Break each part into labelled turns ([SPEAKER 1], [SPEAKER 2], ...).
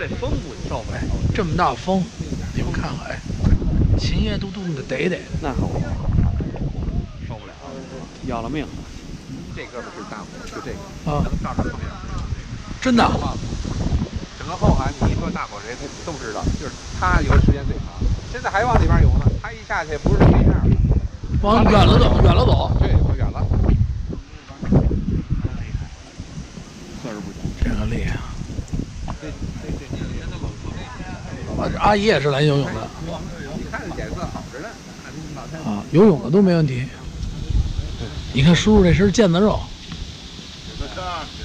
[SPEAKER 1] 这风估计受不了。
[SPEAKER 2] 这么大风，你们看看，哎，琴爷都冻得得得。
[SPEAKER 3] 那可不，
[SPEAKER 1] 受不了。
[SPEAKER 3] 要了命了。
[SPEAKER 1] 这哥们儿是大鼓，就这个，
[SPEAKER 2] 啊
[SPEAKER 1] 能照着后面。
[SPEAKER 2] 真的啊，
[SPEAKER 1] 整个后海，你一说大伙谁，他都知道，就是他游的时间最长。现在还往里边游呢，他一下去不是这样了，
[SPEAKER 2] 往远了走，远了走。啊
[SPEAKER 1] 对，往远了。
[SPEAKER 2] 这个厉害啊！我阿姨也是来游泳的
[SPEAKER 1] 你看这脸色好着呢，
[SPEAKER 2] 啊，游泳的都没问题。你看叔叔这身腱子肉，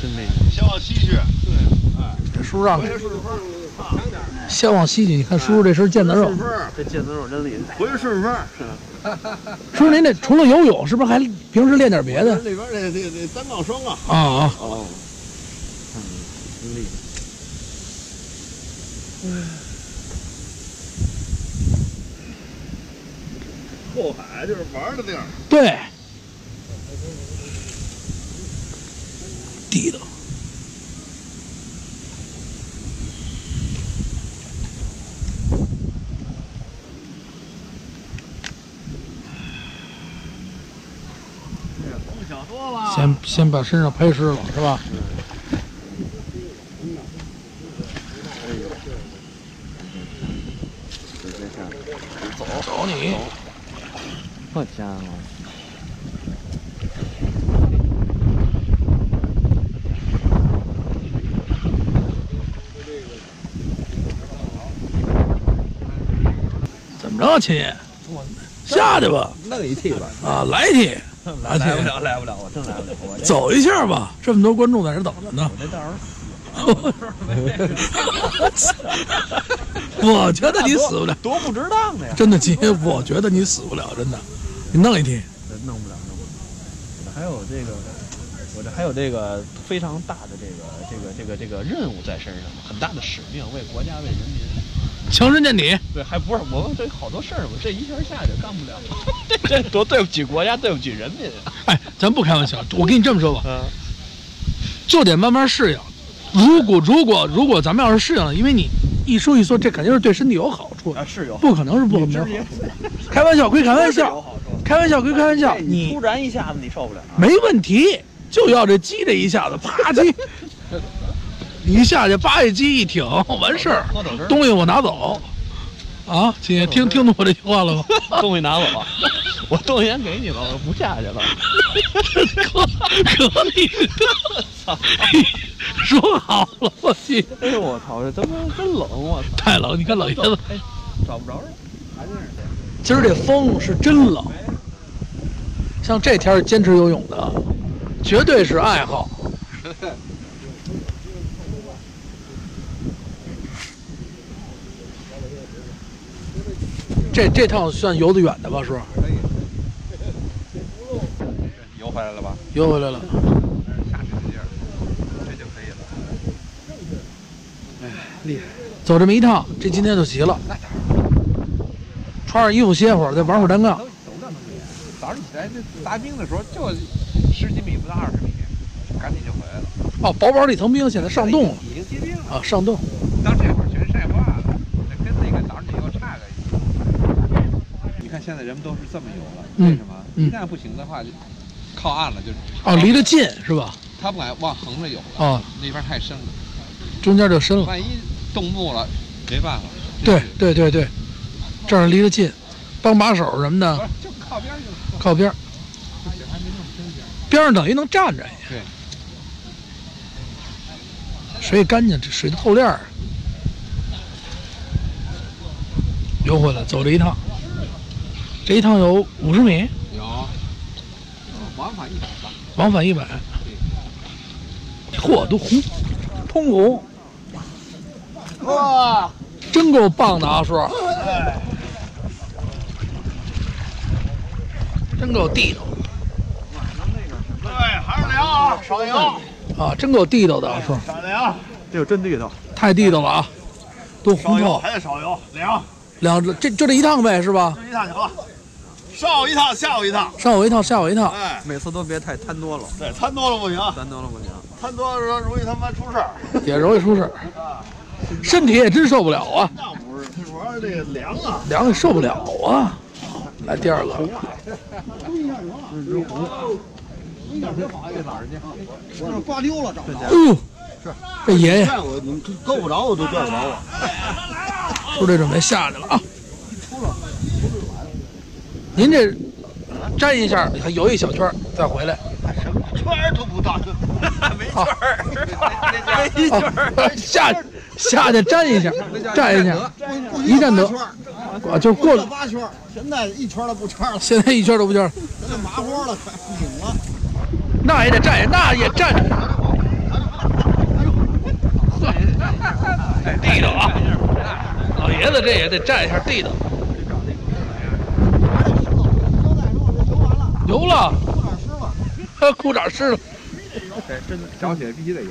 [SPEAKER 3] 真厉
[SPEAKER 4] 先往西去，
[SPEAKER 2] 这叔叔让给
[SPEAKER 3] 哎
[SPEAKER 2] 先往西去，你看叔叔这身腱子肉。
[SPEAKER 3] 害，这腱子肉真厉害。
[SPEAKER 4] 回顺风。
[SPEAKER 2] 叔叔您这除了游泳，是不是还平时练点 别的？
[SPEAKER 4] 里边那那那单杠双杠，
[SPEAKER 2] 啊啊！
[SPEAKER 3] 哦，嗯，真厉害。
[SPEAKER 4] 后海就是玩的地儿。
[SPEAKER 2] 对，地道。
[SPEAKER 4] 梦想多了。
[SPEAKER 2] 先先把身上拍湿了，是吧？走你！
[SPEAKER 3] 好家伙，
[SPEAKER 2] 怎么着，秦爷？下去吧！
[SPEAKER 1] 弄一替吧。
[SPEAKER 2] 啊，来题，来
[SPEAKER 1] 来不
[SPEAKER 2] 题，
[SPEAKER 1] 了，来不了，我真来不了。我
[SPEAKER 2] 走一下吧！这么多观众在这等着呢。
[SPEAKER 1] 这到时候
[SPEAKER 2] 我觉得你死不了，
[SPEAKER 1] 多不值当的呀，
[SPEAKER 2] 真的，秦爷，我觉得你死不了，真的。你弄一题，
[SPEAKER 3] 呃弄不了，弄不了。我这还有这个，我这还有这个非常大的这个这个这个这个任务在身上，很大的使命，为国家为人民。
[SPEAKER 2] 强身健体。
[SPEAKER 3] 对，还不是我这好多事儿，我这一下下去干不了， 这这多对不起国家，对不起人民啊！
[SPEAKER 2] 哎，咱不开玩笑，我跟你这么说吧，
[SPEAKER 3] 嗯，
[SPEAKER 2] 就得慢慢适应。如果如果如果咱们要是适应了，因为你一说一说，这肯定是对身体有好处的，
[SPEAKER 3] 啊 是有
[SPEAKER 2] 不可能是不可能没有好处。开玩笑归开玩笑，开玩笑归开玩
[SPEAKER 5] 哎
[SPEAKER 2] 笑，你
[SPEAKER 3] 突然一下子哎你受不了，
[SPEAKER 2] 没问题，就要这鸡这一下子啪叽，你一下去叭一鸡一挺完事儿
[SPEAKER 3] 喝豆汁儿，
[SPEAKER 2] 东西我拿走。啊，姐听听懂我这句话了吗？
[SPEAKER 3] 东西拿走了，我东西先给你了，我不下去了。
[SPEAKER 2] 可可以
[SPEAKER 3] 操！
[SPEAKER 2] 说好了，我去，
[SPEAKER 3] 哎呦我操，这他妈真冷，我操！
[SPEAKER 2] 太冷，你看冷爷子。
[SPEAKER 3] 哎，找不着人，还在那儿。
[SPEAKER 2] 今儿这风是真冷，像这天儿坚持游泳的，绝对是爱好。 这这趟算游得远的吧，叔？
[SPEAKER 1] 游回来了吧？
[SPEAKER 2] 游回来了，
[SPEAKER 1] 下水的地儿，这就可以了。
[SPEAKER 2] 走这么一趟，这今天就齐了。穿上衣服歇会儿，再玩会儿单杠。
[SPEAKER 1] 早上起来这砸冰的时候就十几米不到二十米，赶紧就回来了。
[SPEAKER 2] 哦，薄薄的一层冰，现在上冻了
[SPEAKER 1] 已经结冰了。
[SPEAKER 2] 啊，上冻。
[SPEAKER 1] 到这会儿全晒化了，那跟那个早上起又差个一。你看现在人们都是这么游了，
[SPEAKER 2] 嗯
[SPEAKER 1] 为什么？
[SPEAKER 2] 嗯
[SPEAKER 1] 一旦不行的话，就靠岸了，就
[SPEAKER 2] 哦，离得近是吧？
[SPEAKER 1] 他不敢往横着游了，
[SPEAKER 2] 哦，
[SPEAKER 1] 那边太深了，
[SPEAKER 2] 中间就深了。
[SPEAKER 1] 万一冻木了，没办法，
[SPEAKER 2] 对对对对，这儿离得近，帮把手什
[SPEAKER 1] 不
[SPEAKER 2] 么的
[SPEAKER 1] 是就靠边去了。
[SPEAKER 2] 靠边儿，边上等于能站着也。
[SPEAKER 1] 对，
[SPEAKER 2] 水干净，这水都透亮儿。游回来，走这一趟，这一趟有五十米，
[SPEAKER 1] 有，往返一百吧，
[SPEAKER 2] 往返一百。嚯，都红，通红，
[SPEAKER 3] 哇，
[SPEAKER 2] 真够棒的啊，叔！真够地道。
[SPEAKER 4] 对，还是凉啊，少油，
[SPEAKER 2] 啊，真够地道的啊，叔，
[SPEAKER 4] 少凉，
[SPEAKER 3] 这有真地道，
[SPEAKER 2] 太地道了啊，都
[SPEAKER 4] 少
[SPEAKER 3] 哎
[SPEAKER 2] 红
[SPEAKER 4] 油
[SPEAKER 2] 透
[SPEAKER 4] 还得少油，凉，
[SPEAKER 2] 两只，这就这一趟呗，是吧？
[SPEAKER 4] 就一趟行了。上午一趟，下午一趟，
[SPEAKER 2] 上午一趟，下午一趟，
[SPEAKER 4] 哎，
[SPEAKER 1] 每次都别太贪多了，
[SPEAKER 4] 对，贪多了不行，
[SPEAKER 1] 贪多了不行。
[SPEAKER 4] 贪多了容易他妈出事儿。
[SPEAKER 2] 也容易出事儿。身体也真受不了啊，
[SPEAKER 4] 那不是，主要是这个凉啊。
[SPEAKER 2] 凉也受不了啊。来第二个，
[SPEAKER 4] 就是刮溜了，找不着。
[SPEAKER 2] 哎呦，这爷爷
[SPEAKER 4] 看我，你们够不着我都拽不着我。
[SPEAKER 2] 出来准备下去了啊。您这粘一下，还游一小圈儿再回来。
[SPEAKER 4] 什么圈儿都不到，没圈儿，没
[SPEAKER 2] 啊，下下去站 一下，站一下，
[SPEAKER 4] 不
[SPEAKER 2] 一站得
[SPEAKER 4] 八圈儿
[SPEAKER 2] 啊，就过
[SPEAKER 4] 不到
[SPEAKER 2] 了。
[SPEAKER 4] 八圈儿，现在一圈儿都不圈儿了，
[SPEAKER 2] 现在一圈都不圈，
[SPEAKER 4] 现在麻花了，快不行了。
[SPEAKER 2] 那也得站，那也站。 哎，地道啊！老爷子这也得站一下地道。
[SPEAKER 4] 交代说我这游完了，
[SPEAKER 2] 游了，
[SPEAKER 4] 裤
[SPEAKER 2] 裤
[SPEAKER 4] 衩湿了。
[SPEAKER 2] 衩湿了。
[SPEAKER 1] 这真小雪必须得有，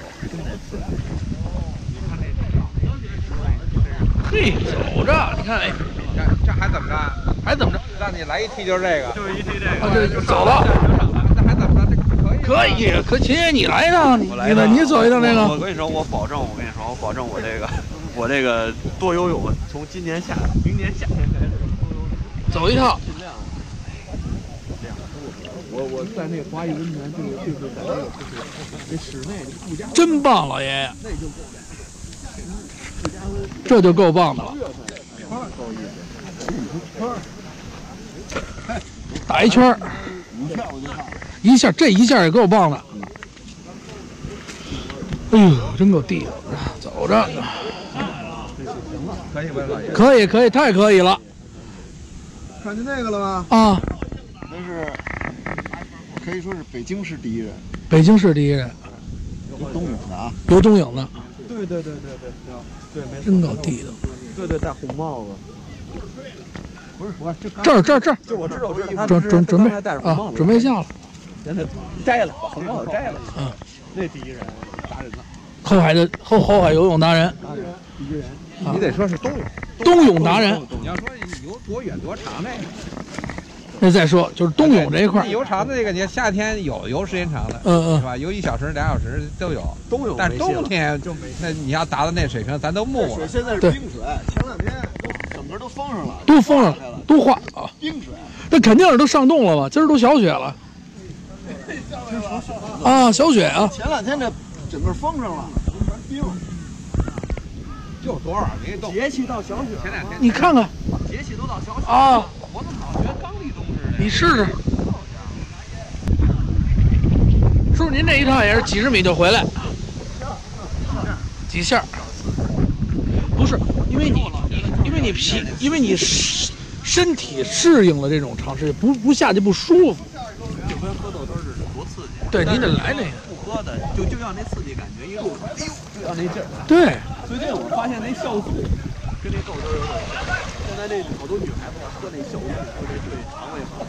[SPEAKER 2] 嘿，走着，你看，哎，
[SPEAKER 1] 这这还怎么着？
[SPEAKER 2] 还怎么着？
[SPEAKER 1] 让你来一踢就是这个，
[SPEAKER 2] 啊，这走了，
[SPEAKER 1] 那还怎么着？这可以吗
[SPEAKER 2] 可以，可秦爷你来一趟，你
[SPEAKER 5] 来一趟
[SPEAKER 2] 你你走一趟这
[SPEAKER 5] 我
[SPEAKER 2] 个
[SPEAKER 5] 我跟你说，我保证，我跟你说，我保证，我这个， 我这个多游泳，从今年夏，明年夏天开始。
[SPEAKER 2] 走一趟。真棒，老爷爷，这就够棒的了。打一圈儿，一下这一下也够棒的。哎呦，真够地道的，走着。
[SPEAKER 1] 可以吧，老爷？
[SPEAKER 2] 可以，可以，太可以了
[SPEAKER 4] 看见那个了吗？
[SPEAKER 2] 啊！
[SPEAKER 4] 这是可以说是北京市第一人，
[SPEAKER 2] 北京市第一人，
[SPEAKER 4] 有冬泳的啊。
[SPEAKER 2] 游冬泳的，
[SPEAKER 3] 对对对对对对，没
[SPEAKER 2] 真够地道。
[SPEAKER 3] 对对，戴红帽子。
[SPEAKER 4] 不是，不是，这
[SPEAKER 2] 这儿，这儿，这儿，
[SPEAKER 3] 就我知道这意思，
[SPEAKER 2] 准准准备
[SPEAKER 3] 戴着红
[SPEAKER 2] 啊
[SPEAKER 3] 帽，子，
[SPEAKER 2] 准备下了。
[SPEAKER 3] 现在摘了，把红帽子摘了。
[SPEAKER 2] 嗯，
[SPEAKER 3] 那第一人，
[SPEAKER 2] 后海的后后海游泳达人，
[SPEAKER 1] 你得说是冬泳，
[SPEAKER 2] 冬泳达人。
[SPEAKER 1] 你要说游多远多长那个，
[SPEAKER 2] 那再说就是冬泳这一块儿，
[SPEAKER 1] 游长的这个，你看夏天有游时间长的，
[SPEAKER 2] 嗯
[SPEAKER 1] 是
[SPEAKER 2] 嗯，
[SPEAKER 1] 吧？游一小时、俩小时都有，
[SPEAKER 3] 冬泳
[SPEAKER 1] 但
[SPEAKER 3] 没戏
[SPEAKER 1] 冬
[SPEAKER 3] 了
[SPEAKER 1] 天就那你要达到那水平，咱都木
[SPEAKER 4] 水
[SPEAKER 1] 了。
[SPEAKER 4] 现在是
[SPEAKER 2] 对
[SPEAKER 4] 冰水，前两天都整个都封上了，
[SPEAKER 2] 都封上
[SPEAKER 4] 开了
[SPEAKER 2] 了，都化啊，
[SPEAKER 4] 冰水。
[SPEAKER 2] 那肯定是都上冻了吧？今儿都小雪了啊，小雪啊，
[SPEAKER 4] 前两天这整个封上了，全冰。
[SPEAKER 1] 就多少没动。
[SPEAKER 3] 节气到小雪，
[SPEAKER 1] 前两天
[SPEAKER 2] 你看看
[SPEAKER 3] 节气都到小雪。
[SPEAKER 2] 啊，
[SPEAKER 1] 我怎么老觉得刚立冬似的？
[SPEAKER 2] 你试试。叔，您这一趟也是几十米就回来，几下儿？不是，因为你，因为你皮，因为你身身体适应了这种长时间，不不下去不舒服。
[SPEAKER 5] 就跟喝豆汁儿似的，多刺激！啊
[SPEAKER 2] 对，你得来那个。
[SPEAKER 5] 不喝的，就就要那刺激感觉，一路哎呦，要那劲儿。
[SPEAKER 2] 对，
[SPEAKER 5] 最近我发现那酵素跟那豆汁儿有点像，现在那好多女孩子要喝那酵素，特别对肠胃好。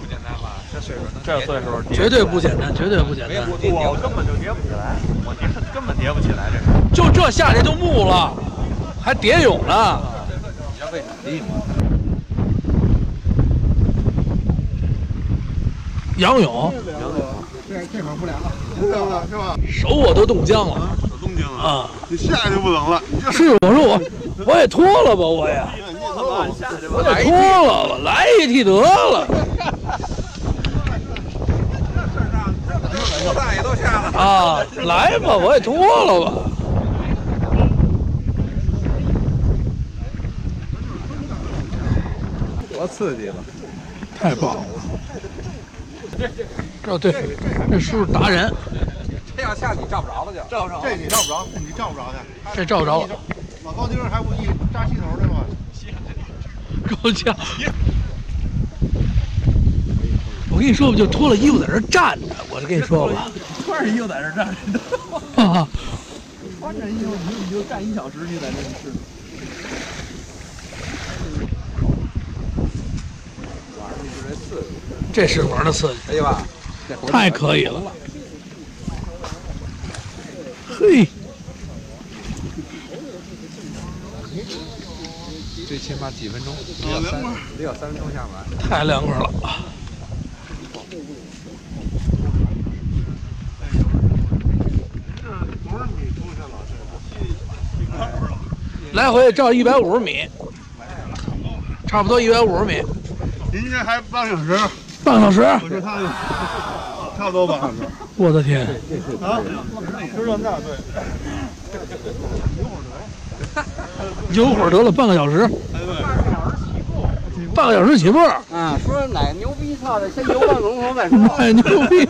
[SPEAKER 1] 不简单吧？这岁数，
[SPEAKER 5] 这岁数儿
[SPEAKER 2] 绝对不简单，绝对不简单。
[SPEAKER 5] 我根本就叠不起来，我叠根本叠不起来这事儿。
[SPEAKER 2] 就这下去就木了，还蝶泳呢。
[SPEAKER 1] 你知道为什么低吗？
[SPEAKER 2] 仰泳，
[SPEAKER 4] 这这会儿不凉了，不凉了是吧？
[SPEAKER 2] 手我都冻僵了
[SPEAKER 5] 小东京啊，
[SPEAKER 2] 啊！，
[SPEAKER 4] 你下去不冷了，你就是
[SPEAKER 2] 我说我我也脱了吧，我也
[SPEAKER 4] 你
[SPEAKER 5] 往下去吧。
[SPEAKER 2] 我也脱了吧，来一替得了
[SPEAKER 1] 裤衩也都下了。
[SPEAKER 2] 啊！来吧，我也脱了吧。
[SPEAKER 1] 多刺激了！
[SPEAKER 2] 太棒了！哦，对，这叔是达人，
[SPEAKER 1] 这要下你照不着了就。
[SPEAKER 4] 这你照不着，你照不着去。
[SPEAKER 2] 这照不着了。
[SPEAKER 4] 老高今儿还不一扎西头去吗？
[SPEAKER 2] 够呛。我跟你说，我就脱了衣服在这儿站着，我就跟你说吧。
[SPEAKER 5] 穿着衣服在这站着，
[SPEAKER 2] 啊，
[SPEAKER 5] 穿着衣服你就你就站一小时，你在这试。
[SPEAKER 2] 这是玩的刺激。
[SPEAKER 1] 哎呀吧，这回头
[SPEAKER 2] 太可以了。嘿，
[SPEAKER 1] 最起码几分钟，得有三得有三分钟下不来。
[SPEAKER 2] 太凉快了。
[SPEAKER 4] 不是你出去了，
[SPEAKER 2] 来回照一百五十米，差不多一百五十米，
[SPEAKER 4] 您这还半小时，
[SPEAKER 2] 半小时。
[SPEAKER 4] 我说他有差不多半小时。啊
[SPEAKER 2] 我的天！
[SPEAKER 4] 就这么大，对。
[SPEAKER 2] 有会儿得了半个小时，
[SPEAKER 4] 哎
[SPEAKER 2] 半个小时起步，
[SPEAKER 6] 啊，说哪牛逼操的，先游半龙头再说。
[SPEAKER 2] 太牛逼！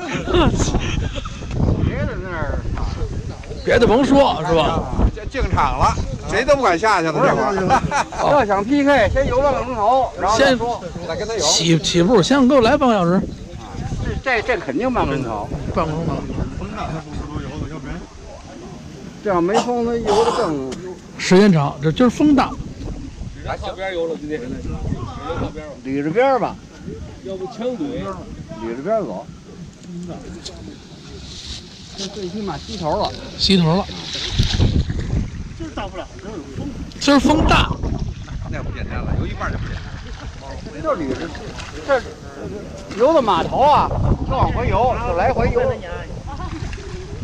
[SPEAKER 6] 别在那儿，
[SPEAKER 2] 别的甭说是吧？
[SPEAKER 1] 这净场了，谁都不敢下去了，这会儿。
[SPEAKER 6] 要想 PK，先游半个龙头，然后再说。
[SPEAKER 1] 再跟他游。
[SPEAKER 2] 起起步先给我来半个小时，
[SPEAKER 6] 这这这肯定半个龙头，
[SPEAKER 2] 半个钟头。
[SPEAKER 6] 这要没风，它游的更。
[SPEAKER 2] 时间长，这今儿风大，
[SPEAKER 6] 捋着边儿吧，要不枪怼，捋着边儿走。这最起码低头了，
[SPEAKER 2] 吸头了。今儿大不了，今儿有风。今儿风大，
[SPEAKER 1] 那不简单了，游一半就不简单。
[SPEAKER 6] 这就捋着，这游到码头啊，就往回游，就来回游，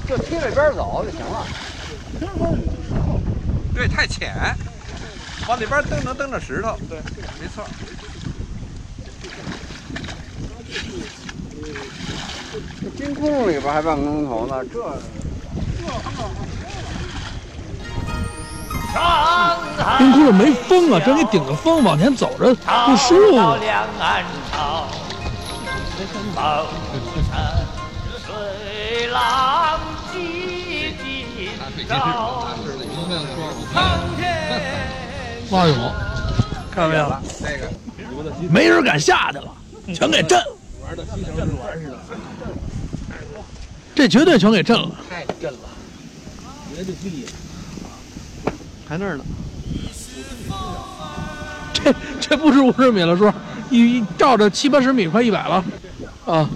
[SPEAKER 6] 就贴着边儿走就行了。
[SPEAKER 1] 对，太浅，往里边蹬能蹬着石头。对，没错。
[SPEAKER 6] 这金窟窿里边还半个钟头呢，这。
[SPEAKER 2] 冰窟窿没风啊，真给顶个风，往前走着不舒
[SPEAKER 7] 到
[SPEAKER 2] 服。
[SPEAKER 7] 两岸潮，风尘水
[SPEAKER 5] 哎
[SPEAKER 7] 浪急急招，苍天
[SPEAKER 2] 蛙泳，看到没有？
[SPEAKER 1] 那个
[SPEAKER 2] 没人敢下去了，全给震。这绝对全给震了。
[SPEAKER 3] 还那儿呢。
[SPEAKER 2] 这这不止五十米了，叔，一一照着七八十米，快一百了，啊，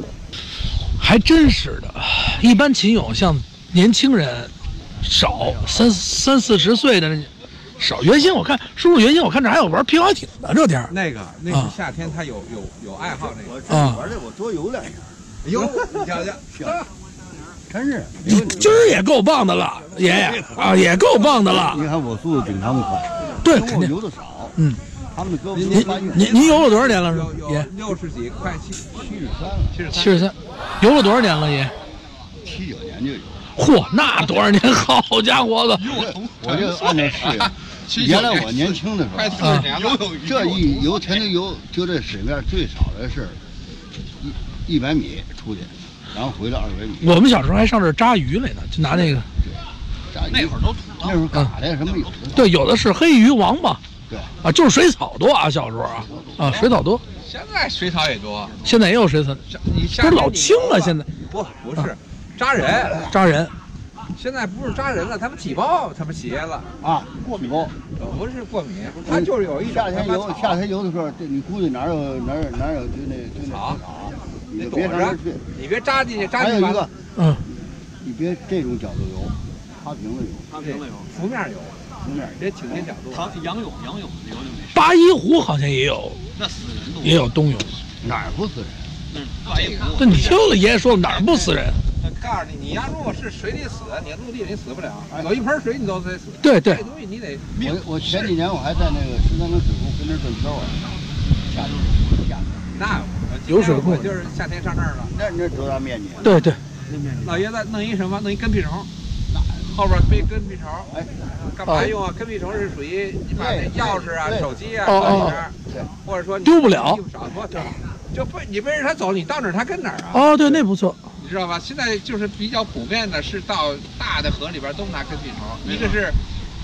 [SPEAKER 2] 还真是的。一般秦勇像年轻人少三三四十岁的少。原先我看叔叔原先我看这还有玩皮划艇的这天儿
[SPEAKER 1] 那个那
[SPEAKER 2] 啊
[SPEAKER 1] 是夏天，他有有有爱好那个。
[SPEAKER 2] 啊，
[SPEAKER 1] 哟，你瞧瞧，
[SPEAKER 2] 今儿也够棒的了，爷 爷啊也够棒的了。
[SPEAKER 4] 你看我速度比他们快，
[SPEAKER 2] 对，
[SPEAKER 4] 因为
[SPEAKER 2] 肯
[SPEAKER 4] 我
[SPEAKER 2] 定。
[SPEAKER 4] 游的少，
[SPEAKER 2] 嗯，
[SPEAKER 4] 他们的胳膊
[SPEAKER 2] 您
[SPEAKER 4] 都搬运。
[SPEAKER 2] 您您游了多少年了，
[SPEAKER 1] 有
[SPEAKER 2] 叔
[SPEAKER 1] 有
[SPEAKER 2] 爷？
[SPEAKER 1] 六十几，快七七十三七十
[SPEAKER 2] 七十三，游了多少年了，爷？
[SPEAKER 4] 七九年就有，
[SPEAKER 2] 嚯，那多少年？ 好家伙的！
[SPEAKER 4] 我就按照适 应。原来我年轻的时候啊，
[SPEAKER 2] 啊，
[SPEAKER 4] 这一游全都游，就这水面最少的是一一百米出去，然后回来二百
[SPEAKER 1] 嗯
[SPEAKER 4] 米。
[SPEAKER 2] 我们小时候还上这儿扎鱼来呢，就拿那个，
[SPEAKER 4] 那会儿都土那会儿嘎
[SPEAKER 1] 嗯
[SPEAKER 4] 的什么有的，
[SPEAKER 2] 对，有的是黑鱼王八，
[SPEAKER 4] 对
[SPEAKER 2] 啊，就是水草多啊，小时候啊，啊，水草多，
[SPEAKER 1] 现在水草也多，
[SPEAKER 2] 现在也有水草，
[SPEAKER 1] 你
[SPEAKER 2] 不是老青了，现在
[SPEAKER 1] 不不是扎人，
[SPEAKER 2] 扎人，
[SPEAKER 1] 现在不是扎人了，他们起包，他们鞋了，
[SPEAKER 4] 啊，过敏。
[SPEAKER 1] 不是过敏，他嗯就是有一
[SPEAKER 4] 夏
[SPEAKER 1] 种
[SPEAKER 4] 天
[SPEAKER 1] 他妈
[SPEAKER 4] 游
[SPEAKER 1] 草
[SPEAKER 4] 夏天游的时候，这你估计哪有哪有哪有就那就那
[SPEAKER 1] 草
[SPEAKER 4] 草，啊你
[SPEAKER 1] 你
[SPEAKER 4] 就
[SPEAKER 1] 躲
[SPEAKER 4] 别上那
[SPEAKER 1] 着
[SPEAKER 4] 儿去。，
[SPEAKER 1] 你别扎进去，扎
[SPEAKER 4] 还
[SPEAKER 1] 进
[SPEAKER 4] 有一
[SPEAKER 1] 去完
[SPEAKER 4] 个
[SPEAKER 1] 了，
[SPEAKER 2] 嗯，
[SPEAKER 4] 你别这种角度游，趴平了游，
[SPEAKER 1] 浮面有，
[SPEAKER 4] 从那儿
[SPEAKER 1] 别倾斜角度。
[SPEAKER 3] 他仰泳仰泳游就没事，
[SPEAKER 2] 八一湖好像也有，
[SPEAKER 3] 那死人多
[SPEAKER 2] 也有冬泳，
[SPEAKER 4] 哪儿不死人？
[SPEAKER 3] 那是八一湖
[SPEAKER 2] 但你听了爷爷说哪儿不死人？
[SPEAKER 1] 告诉你，你要如果是水里死，你陆地你死不了，
[SPEAKER 4] 哎
[SPEAKER 1] 有一盆水你都得死。
[SPEAKER 2] 对对
[SPEAKER 1] 这，东西你得
[SPEAKER 4] 我我前几年我还在那个十三陵水库跟那儿转圈玩，夏天夏天，
[SPEAKER 1] 那我
[SPEAKER 2] 有水库
[SPEAKER 1] 我就是夏天上那儿了。
[SPEAKER 4] 那那多大面积啊？
[SPEAKER 2] 对对，
[SPEAKER 1] 老爷子弄一什么？弄一跟屁虫，后边背跟屁虫，
[SPEAKER 4] 哎，
[SPEAKER 1] 干嘛用啊？跟屁虫是属于你把那
[SPEAKER 4] 对
[SPEAKER 1] 钥匙啊、
[SPEAKER 4] 对
[SPEAKER 1] 手机啊
[SPEAKER 2] 哦
[SPEAKER 1] 放里
[SPEAKER 2] 哦
[SPEAKER 1] 边儿
[SPEAKER 4] 对，
[SPEAKER 1] 或者说你
[SPEAKER 2] 丢不了
[SPEAKER 1] 衣服少不就不你背着他走，你到哪儿他跟哪儿啊？
[SPEAKER 2] 哦对，那不错，
[SPEAKER 1] 你知道吧？现在就是比较普遍的是到大的河里边都拿跟屁虫，一个是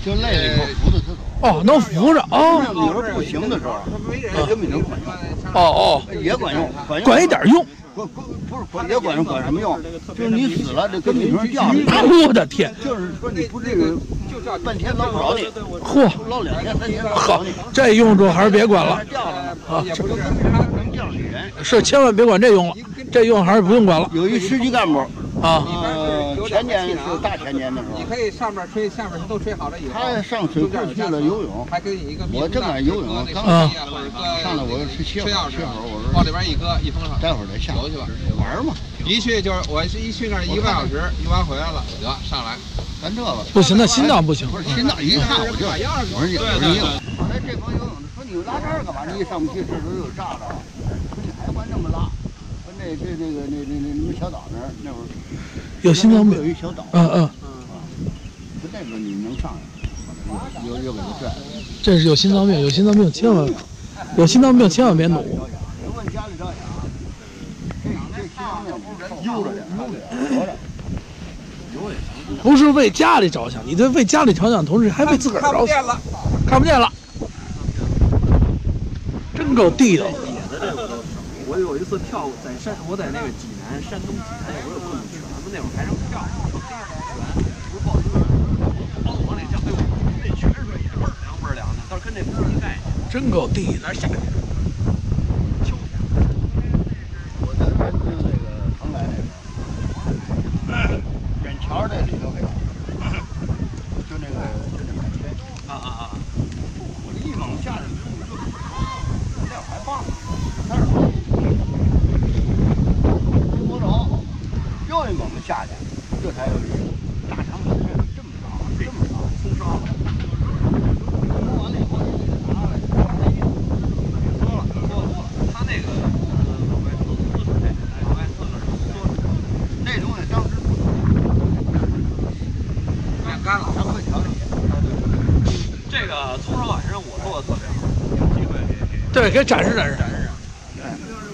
[SPEAKER 4] 就累了以后扶着他走。
[SPEAKER 2] 哦，能扶着，哦
[SPEAKER 4] 你说不行的时候，啊
[SPEAKER 1] 他没人
[SPEAKER 4] 那根本就管用
[SPEAKER 2] 哦哦，
[SPEAKER 4] 也管用，管用
[SPEAKER 2] 管一点用，
[SPEAKER 4] 管管不是管也管用，管什么用？就是你死了，这跟屁虫掉下来，
[SPEAKER 2] 哎我的天，
[SPEAKER 4] 就是说你不这个
[SPEAKER 1] 就叫
[SPEAKER 4] 半天捞不着你，
[SPEAKER 2] 嚯，
[SPEAKER 4] 捞两天三天捞不
[SPEAKER 2] 好
[SPEAKER 4] 着你，，
[SPEAKER 2] 这用处还是别管了，啊
[SPEAKER 4] 掉了呢，
[SPEAKER 1] 也不是他
[SPEAKER 4] 能掉死人。
[SPEAKER 2] 是千万别管这用了，这用还是不用管了
[SPEAKER 4] 呃有一师级干部，
[SPEAKER 2] 啊。
[SPEAKER 4] 呃，前年是大前年的时
[SPEAKER 1] 你
[SPEAKER 4] 候，
[SPEAKER 1] 可以上面吹，下面都吹好了以后，
[SPEAKER 4] 他上水库去了游泳，
[SPEAKER 1] 还跟你一个
[SPEAKER 4] 我正赶上游泳
[SPEAKER 1] 刚
[SPEAKER 4] 刚
[SPEAKER 2] 啊
[SPEAKER 4] 上来我就
[SPEAKER 1] 吃
[SPEAKER 4] 去歇
[SPEAKER 1] 吃
[SPEAKER 4] 会
[SPEAKER 1] 钥
[SPEAKER 4] 儿，
[SPEAKER 1] 匙
[SPEAKER 4] 歇会儿，我
[SPEAKER 1] 往
[SPEAKER 4] 说
[SPEAKER 1] 里边一搁，一封上。
[SPEAKER 4] 待会儿再下
[SPEAKER 1] 游去吧，
[SPEAKER 4] 玩嘛。
[SPEAKER 1] 一去就是我是一去那儿一个半小时，游完回来了，得上来
[SPEAKER 4] 咱这个
[SPEAKER 2] 不行，那心脏不行。嗯
[SPEAKER 4] 不是心脏一看我就，我说你，我说你有，后来这帮游泳的说你拉这儿干嘛？你一上不去，这都有炸着了，说你还管那么拉？说那这那个那那那那小岛那儿那会儿
[SPEAKER 2] 有心脏
[SPEAKER 4] 不有
[SPEAKER 2] 病。
[SPEAKER 4] 一小岛，
[SPEAKER 2] 嗯嗯，
[SPEAKER 4] 说那边你能上来，又又给他拽了。
[SPEAKER 2] 这是有心脏病，有心脏病千万有心脏病千万别努。
[SPEAKER 4] 人问家里着想，这啊这心脏病不是人悠着点，悠着点，活着。
[SPEAKER 2] 不是为家里着想，你这为家里着想，同时还为自个儿着想。
[SPEAKER 1] 了，
[SPEAKER 2] 看不见了，真够地道的。
[SPEAKER 5] 我有一次跳舞在山，我在那个济南，山东济南有个有蹦极泉，咱们那会儿还能跳，不是报出来，包子往里叫，哎呦，那泉水一倍儿凉倍儿凉的，倒是跟这不是一概念。
[SPEAKER 2] 真够地道。
[SPEAKER 5] 那夏天，秋天，
[SPEAKER 4] 我在山东那个蓬莱那边，远桥那里头给搞，就那个就那海天，
[SPEAKER 5] 啊啊啊！
[SPEAKER 4] 我这一猛下去，那会儿还棒，那儿没摸着，又一猛子下去，这才有意思。大长腿这么长，这么长，冲烧了。
[SPEAKER 5] 说完了以后，你给他拿来，那意思就是说了，说了，他那个往外蹭，往外蹭点说，
[SPEAKER 4] 那东西当时不
[SPEAKER 5] 晾干了。
[SPEAKER 4] 咱会调理。
[SPEAKER 5] 这个葱烧晚上我做的特别好，有机会给给
[SPEAKER 2] 对，给展示展示。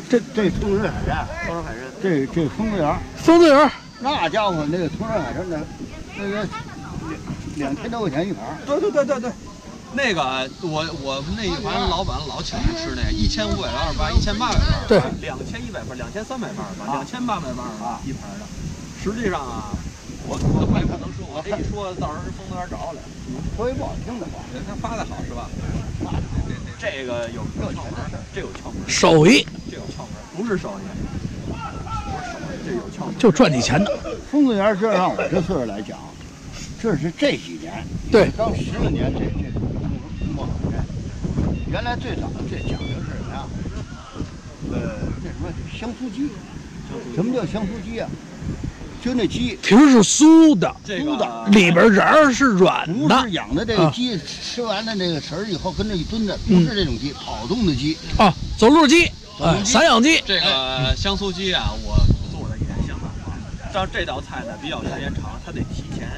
[SPEAKER 4] 这这风水海战，风水海战，这这风水园，
[SPEAKER 2] 疯子园，
[SPEAKER 4] 那家伙那个风水海战那那个两两千多块钱一盘儿，
[SPEAKER 5] 对对对对对，那个我我们那一盘老板老请人吃那个，一千五百八十八，一千八百八
[SPEAKER 2] 对，
[SPEAKER 5] 两千一百八，两千三百八十八，两千八百八十八一盘的。实际上啊，我我我也不能说，我这一说到时候风头还找我来。
[SPEAKER 4] 说一不好听的话，
[SPEAKER 5] 他发的好是吧？这个有有窍门儿，这有窍门儿，
[SPEAKER 2] 手艺
[SPEAKER 5] 这有窍门儿，不是手艺，不是手艺，这有窍门儿。
[SPEAKER 2] 就赚你钱的。
[SPEAKER 4] 风水园这让我这岁数来讲，这是这几年，
[SPEAKER 2] 对，
[SPEAKER 4] 刚十来年这这梦海战，原来最早这讲究是什么呀？呃，那什么香酥鸡，什么叫香酥鸡啊？就那鸡
[SPEAKER 2] 皮儿是酥的，
[SPEAKER 5] 这个啊
[SPEAKER 2] 里边瓤儿是软
[SPEAKER 4] 不
[SPEAKER 2] 的
[SPEAKER 4] 是养的这
[SPEAKER 2] 啊
[SPEAKER 4] 个鸡，吃完了那个食儿以后跟那一蹲着，不是这种鸡，跑动的鸡。
[SPEAKER 2] 啊。走路鸡，哎，散养鸡，
[SPEAKER 5] 这个香酥鸡啊，我做了一点想办法。啊像这道菜呢，比较时间长，它得提前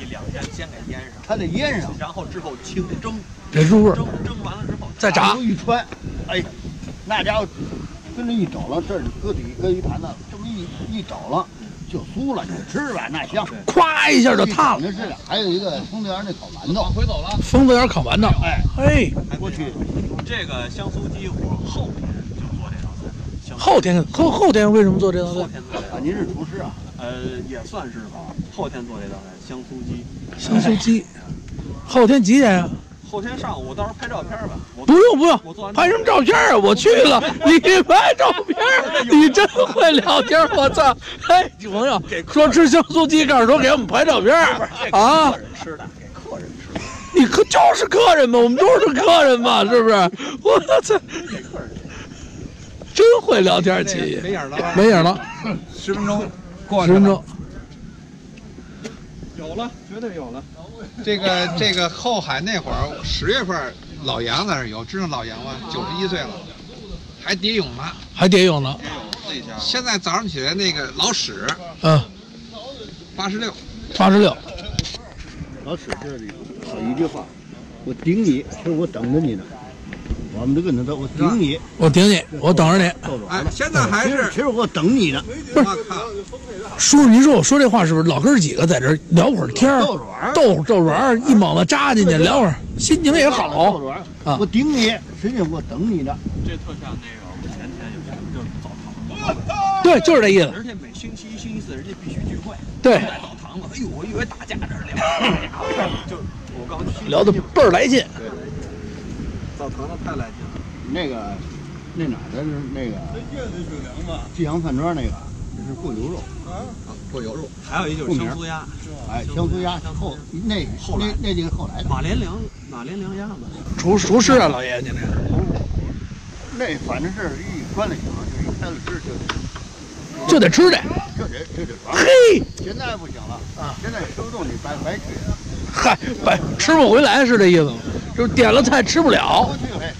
[SPEAKER 5] 一两天先给腌上，
[SPEAKER 4] 它得腌上，
[SPEAKER 5] 然后之后清蒸，
[SPEAKER 2] 别入味儿，
[SPEAKER 5] 蒸蒸完了之后
[SPEAKER 2] 再炸
[SPEAKER 4] 都一穿，哎，那家伙跟着一抖了，这儿搁底搁一盘子，这么一一抖了就酥了，你吃吧那香。
[SPEAKER 2] 咵一下就塌了。
[SPEAKER 4] 那是还有一个丰德园那烤馒头，
[SPEAKER 5] 回走了。
[SPEAKER 2] 疯子园烤馒头，
[SPEAKER 4] 哎，
[SPEAKER 2] 嘿，
[SPEAKER 4] 过去
[SPEAKER 5] 这个香酥鸡我后天就做这道菜，香
[SPEAKER 2] 后天后后天为什么做这道
[SPEAKER 5] 后
[SPEAKER 2] 菜？
[SPEAKER 5] 天做这道
[SPEAKER 4] 啊，
[SPEAKER 5] 菜，
[SPEAKER 4] 您是厨师啊，
[SPEAKER 5] 呃，也算是吧。后天做这道菜香酥鸡，
[SPEAKER 2] 香酥鸡，后天几点呀？
[SPEAKER 5] 后天上午到时候拍照片吧。我
[SPEAKER 2] 不用不
[SPEAKER 5] 我
[SPEAKER 2] 用，
[SPEAKER 5] 做完
[SPEAKER 2] 拍什么照片啊？我去 了，你拍照片
[SPEAKER 5] 哎
[SPEAKER 2] 儿，你真会聊天 儿，我操！哎，女朋友说吃香酥鸡，告诉说给我们拍照片儿啊。
[SPEAKER 5] 吃的哎给客人吃，
[SPEAKER 2] 你客就是客人嘛，我们都是客人嘛，是不是？我操，
[SPEAKER 5] 给客人吃。
[SPEAKER 2] 真会聊天，姐姐
[SPEAKER 1] 没影儿了吧？
[SPEAKER 2] 没影了，
[SPEAKER 1] 十分钟过
[SPEAKER 2] 十
[SPEAKER 1] 去了
[SPEAKER 2] 分钟。
[SPEAKER 5] 有了，绝对有了。
[SPEAKER 1] 这个这个后海那会儿十月份，老杨在那儿游，知道老杨吗？九十一岁了，还蝶泳呢。
[SPEAKER 2] 还蝶泳呢，
[SPEAKER 1] 现在早上起来那个老史
[SPEAKER 2] 嗯，
[SPEAKER 1] 八十六，
[SPEAKER 2] 八十六，
[SPEAKER 4] 老史这里好一句话，我顶你，其实我等着你呢，我们都跟他说，我顶你，
[SPEAKER 2] 我顶你，我等着你。
[SPEAKER 4] 到着
[SPEAKER 1] 哎
[SPEAKER 4] 了，。
[SPEAKER 1] 现在还
[SPEAKER 4] 其实
[SPEAKER 1] 是
[SPEAKER 4] 其实我等你呢，
[SPEAKER 1] 我靠，
[SPEAKER 2] 叔，您说我说这话是不是？老哥儿几个在这儿聊会儿天儿，
[SPEAKER 4] 逗着玩儿
[SPEAKER 2] 逗会儿逗着玩儿，一猛子扎进去聊会儿，心情也好
[SPEAKER 4] 到。着玩儿
[SPEAKER 2] 啊
[SPEAKER 4] 我顶你，实际上我等你呢。
[SPEAKER 5] 这特像那个我们前天有一个就是澡堂子，
[SPEAKER 2] 对，就是这意思。
[SPEAKER 5] 而且每星期一、星期四人家必须聚会，
[SPEAKER 2] 对
[SPEAKER 5] 在澡堂子。哎呦，我以为打架这儿聊，哎呀 就我刚去
[SPEAKER 2] 聊得倍儿来劲，
[SPEAKER 5] 澡堂子太来劲了。
[SPEAKER 4] 那个，那哪儿的是那个？济阳饭庄那个，那是过牛肉，啊
[SPEAKER 1] 过油肉，
[SPEAKER 5] 啊还有一就是香酥鸭，
[SPEAKER 4] 哎，香酥鸭后那
[SPEAKER 5] 后来
[SPEAKER 4] 那那就是后来的，
[SPEAKER 5] 马连良马连良鸭子，
[SPEAKER 2] 厨厨师啊，老爷您这
[SPEAKER 4] 那反正是一关了井，就是一开了支就
[SPEAKER 2] 就得吃这。
[SPEAKER 4] 这得这得抓。
[SPEAKER 2] 嘿，
[SPEAKER 4] 现在不行了啊，现在吃不动你白白去，
[SPEAKER 2] 嗨，白吃不回来是这意思吗？就是点了菜吃不了
[SPEAKER 4] 不。去嘿，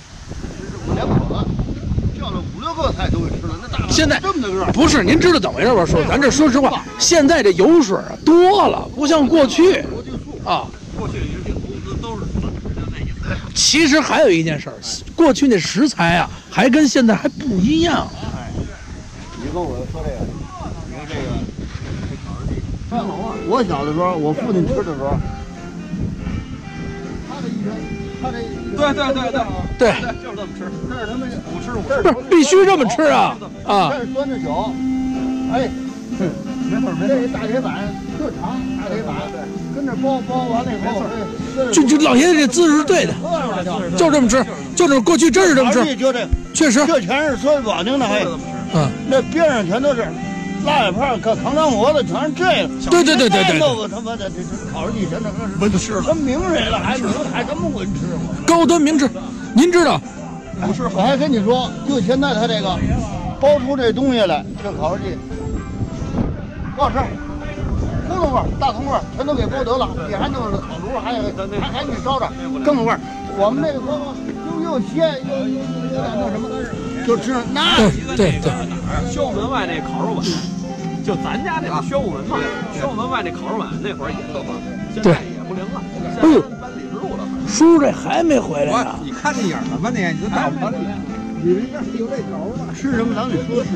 [SPEAKER 4] 这是五两口子叫了五六个菜都给吃了，那大碗
[SPEAKER 2] 现在
[SPEAKER 4] 这么大个儿，
[SPEAKER 2] 不是，您知道怎么回事吧？说咱这说实话，现在这油水啊多了，不像过去
[SPEAKER 4] 国际素
[SPEAKER 2] 啊。
[SPEAKER 5] 过去人这个工资都是短时间内一次。
[SPEAKER 2] 其实还有一件事儿，过去那食材啊，还跟现在还不一样。
[SPEAKER 4] 你跟我说这个，你看这个，这小啊！我小的时候，我父亲吃的时候，他这一天，他这
[SPEAKER 5] 对对对对，
[SPEAKER 2] 对，
[SPEAKER 5] 对，就是这么吃，
[SPEAKER 4] 这是他们
[SPEAKER 5] 五吃五
[SPEAKER 4] 这
[SPEAKER 2] 不是必须这么吃啊啊！
[SPEAKER 4] 这是端着酒，哎，没错没错，这大铁板特长，大铁板跟着包包完了以后，这
[SPEAKER 2] 就就老爷子这姿势是对的，就这么吃，就这么过去真是这么
[SPEAKER 4] 而
[SPEAKER 2] 吃，
[SPEAKER 4] 且就这，
[SPEAKER 2] 确实，
[SPEAKER 4] 这全是说不好听的，还
[SPEAKER 2] 嗯，
[SPEAKER 4] 那边上全都是辣眼泡、扛扛张馍的，全是这个。
[SPEAKER 2] 对对对对对
[SPEAKER 4] 那我他妈的这这烤着地前那文吃了，跟名人了，还能还他妈文吃吗？
[SPEAKER 2] 高端明智。您知道，
[SPEAKER 4] 不是，我还跟你说，就现在他这个包出这东西来，这烤肉季，不好吃，窟窿味儿、大葱味儿全都给剥得了，你还弄着烤炉，还还还给你烧着，更有味儿。我们那个锅又又鲜又又又有点那什么，就吃那
[SPEAKER 2] 对对对，
[SPEAKER 5] 宣武啊门外那烤肉碗，就咱家那个宣武门嘛，宣武门外那烤肉碗那会儿也特方便，现在也不灵了，现
[SPEAKER 2] 哎呦
[SPEAKER 5] 在搬李石路了。
[SPEAKER 2] 叔叔这还没回来
[SPEAKER 1] 我
[SPEAKER 2] 呢。
[SPEAKER 1] 你看见影了吗？你你都打不着脸。
[SPEAKER 4] 吃什么咱得说是。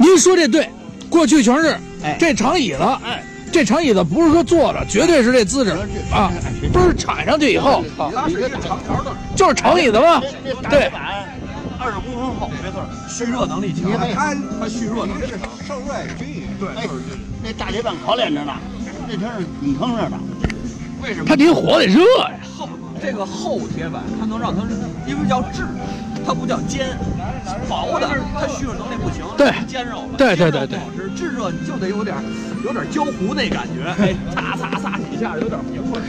[SPEAKER 2] 您说这对，过去全是
[SPEAKER 4] 哎
[SPEAKER 2] 这长椅子，
[SPEAKER 4] 哎，
[SPEAKER 2] 这长椅子不是说坐
[SPEAKER 5] 哎
[SPEAKER 2] 着，绝对是这姿势啊，不是铲上去以后，
[SPEAKER 5] 它是一个长条的，
[SPEAKER 2] 就是长椅子嘛
[SPEAKER 4] 这这， 大
[SPEAKER 2] 对
[SPEAKER 4] 铁，板二十公分厚，没错儿。
[SPEAKER 5] 蓄热能力强，它它蓄热能力强，受热也均匀。对，
[SPEAKER 4] 哎，那大铁板烤脸着呢，那天是挺坑着的。
[SPEAKER 5] 为什么
[SPEAKER 2] 它得火得热呀。
[SPEAKER 5] 厚这个厚铁板，它能让它，因为叫制，它不叫煎，薄的它蓄热能力不行，
[SPEAKER 2] 对
[SPEAKER 5] 它是煎肉了，
[SPEAKER 2] 对对
[SPEAKER 5] 煎肉
[SPEAKER 2] 对对
[SPEAKER 5] 不好吃，炙热你就得有点有点焦糊那感觉，哎，擦擦擦几下有点平稳。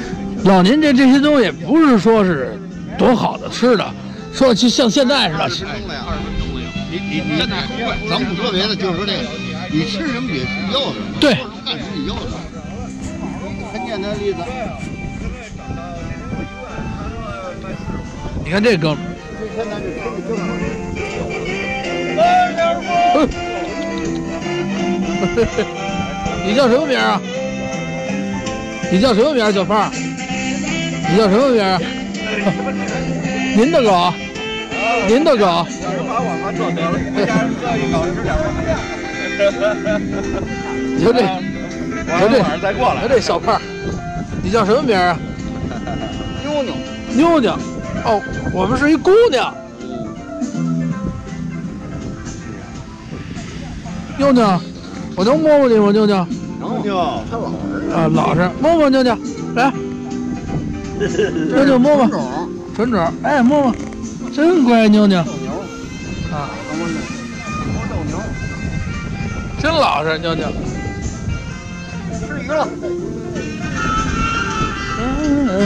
[SPEAKER 2] 老年这这些东西不是说是多好的吃的，说就像现在似的，
[SPEAKER 4] 你你你，咱不说别的，就是说这个，你吃什么得要什么，
[SPEAKER 2] 对
[SPEAKER 4] 干什么你要什么。很简单的例子，
[SPEAKER 2] 你看这哥们儿，
[SPEAKER 4] 就现在就吃你就
[SPEAKER 2] 哎 你叫什么名儿啊？你叫什么名儿，啊小胖？你叫什么名儿啊？ 您的狗，啊您的狗，啊你 说这，你说这，再过来，你说这小胖儿，你叫什么名儿啊？
[SPEAKER 4] 妞妞。
[SPEAKER 2] 妞妞，哦，我们是一姑娘。妞妞，我能摸摸你吗？妞妞，
[SPEAKER 4] 妞妞，他老儿
[SPEAKER 2] 啊，老实，摸摸妞妞，来，妞妞摸摸，
[SPEAKER 4] 种
[SPEAKER 2] 纯种，哎，摸摸，真乖，妞妞，
[SPEAKER 4] 斗牛，
[SPEAKER 2] 啊，
[SPEAKER 4] 咱们我斗牛，
[SPEAKER 2] 真老实，妞妞。
[SPEAKER 4] 吃鱼了。
[SPEAKER 2] 好，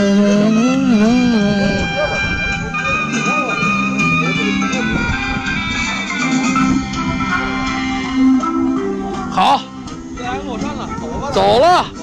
[SPEAKER 5] 来，给我穿了，走吧。
[SPEAKER 2] 走了。